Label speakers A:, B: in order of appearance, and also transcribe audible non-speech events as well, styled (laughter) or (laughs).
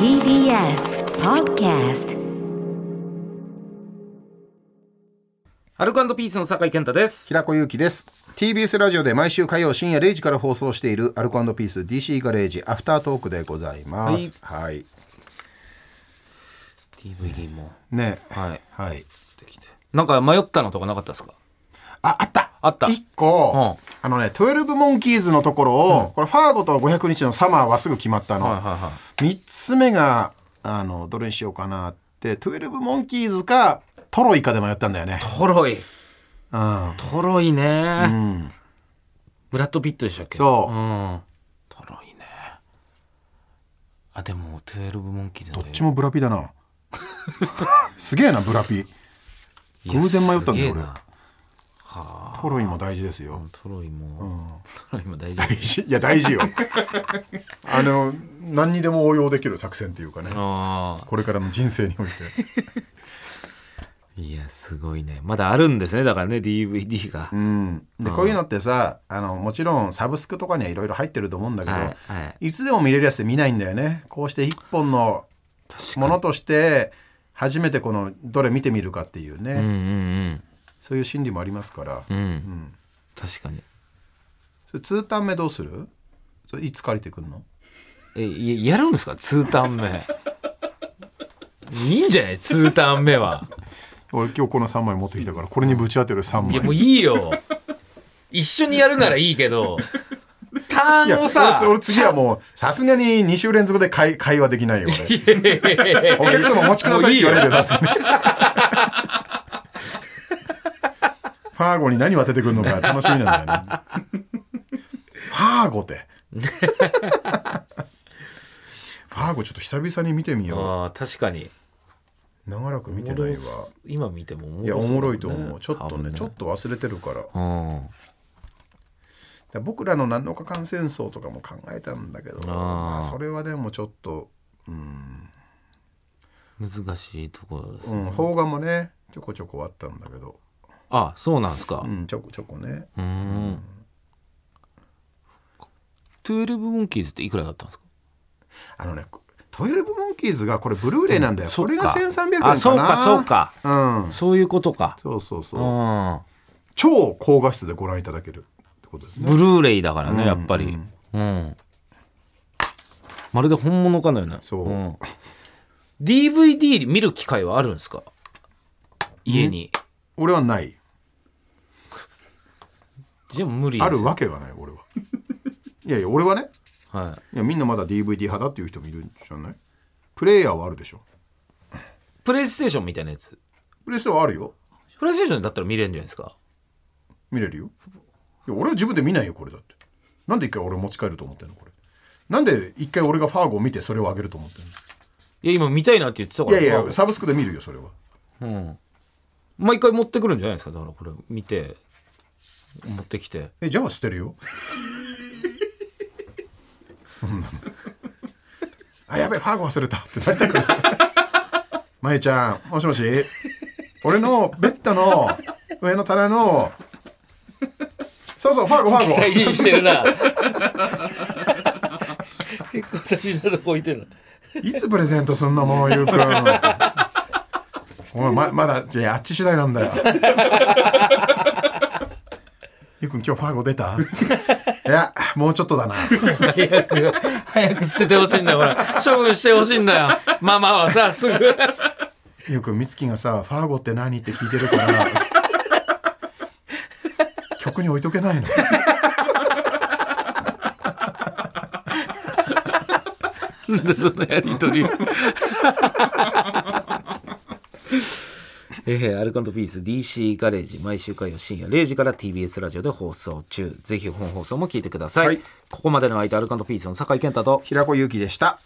A: TBS Podcast
B: アルコピースの酒井健太です。
C: 平子祐希です TBS ラジオで毎週火曜深夜0時から放送しているアルコピース DC ガレージアフタートークでございますはい、
B: DVD も。
C: ね
B: はい。
C: はい
B: なんか迷ったのとかなかったですか
C: ああった
B: あった
C: 一個、あのね12モンキーズのところを、これファーゴと500日のサマーはすぐ決まったの、
B: はいはいはい
C: 3つ目があのどれにしようかなって12モンキーズかトロイかで迷ったんだよね、
B: トロイ。
C: うん、
B: トロイね。ブラッド・ピットでしたっけ
C: そう
B: うん。トロイね。あ、でも、12モンキーズの
C: どっちもブラピ
B: (laughs)
C: だなすげえなブラピ
B: いや
C: 偶然迷ったんだ
B: すげ
C: よ
B: え
C: 俺
B: な
C: トロイも大事ですよ、
B: トロイも、トロイも大 (laughs) 事。
C: いや大事よあの何にでも応用できる作戦っていうかね
B: あ
C: これからの人生において
B: あ。いや、すごいね。まだあるんですね。だからね、DVD が。
C: うんでこういうのってさあのもちろんサブスクとかにはいろいろ入ってると思うんだけど、
B: はい
C: い
B: は
C: つでも見れるやつって見ないんだよねこうして一本のものとして初めてこのどれ見てみるかっていうね、
B: うんうん
C: そういう心理もありますから、
B: うん。うん。確かに。
C: それ2ターン目どうするそれいつ借りてくんの
B: え、いやるんですか ?2 ターン (laughs) 目。いいんじゃない ?2 ターン目は。
C: 俺今日この3枚持ってきたからこれにぶち当てる3枚
B: いや、もういいよ。一緒にやるならいいけど、ターンをさ、
C: 俺俺次はもうさすがに2週連続で会会話できないよ俺お客様お待ちくださいって言われてたんですよね。ファーゴに何を当ててくるのか楽しみなんだよね。ファーゴって。ファーゴちょっと久々に見てみよ
B: ああ、確かに。
C: う。長らく見てないわ。
B: 今見てもおもろ
C: いや、おもろいと思う。ちょっ
B: 多
C: と
B: 分
C: ね、ちょっと忘れてるから。
B: うん。
C: だから僕らの何のか間戦争とかも考えたんだけど、まあそれはでもちょっと、
B: 難しいところです。
C: うん、邦画もね、ちょこちょこあったんだけど、
B: あ、そうなんですか
C: う。ん、ちょこちょこね。
B: うん。12モンキーズっていくらだったんですか
C: あのね、トイレブモンキーズがこれブルーレイなんだよ。それが
B: そっ
C: 1300円かな。
B: あ、そうか、そう。か。
C: うん。
B: そういうことか。
C: そうそうそうう。
B: ん。
C: 超高画質でご覧いただけるってことですね。
B: ブルーレイだからね、やっぱり。うん。まるで本物かのような。
C: そうん
B: DVD 見る機会はあるんですか家に。
C: 俺はない。
B: じゃあ無理です
C: あるわけがない、俺は。 (laughs) いやいや、俺はね。
B: はい
C: や、みんなまだ DVD 派だっていう人もいるんじゃないプレイヤーはあるでしょ。
B: い。プレイステーションみたいなやつ。
C: プレイステはあるよ。
B: プレイステーションだったら見れるんじゃないですか
C: 見れるよ。いや、俺は自分で見ないよ、これだって。なんで一回俺持ち帰ると思ってんの、これ。なんで一回俺がファーゴを見てそれをあげると思ってんの
B: いや、今見たいなって言ってたか
C: い
B: ら。
C: やいや、サブスクで見るよ、それは。
B: うん。毎回持ってくるんじゃないですかだからこれ見て、持ってき
C: (laughs)
B: て。
C: えじゃあ捨てるよそんなのあやべえファーゴ忘れたってなりたくないまゆちゃんもしもし俺のベッドの上の棚のそうそうファーゴファーゴ
B: 大事にしてるな。 (laughs) 結構大事なとこ置いてるな。
C: いつプレゼントすんのもうゆうくん。お前ままだじゃああっち次第なんだよ。ゆうくん今日ファーゴ出た？いやもうちょっとだな。
B: 早く、早く捨ててほしいんだよ、ほら。処分してほしいんだよ。ママはさ、すぐ。
C: ゆうくん美月がさ「ファーゴって何?」って聞いてるから曲に置いとけないの
B: なんだ、そのやりとり。えー、アルカントピース DC ガレージ毎週火曜深夜0時から TBS ラジオで放送中ぜひ本放送も聞いてください、
C: はい
B: ここまでの相手アルカントピースの酒井健太と
C: 平子ゆうきでした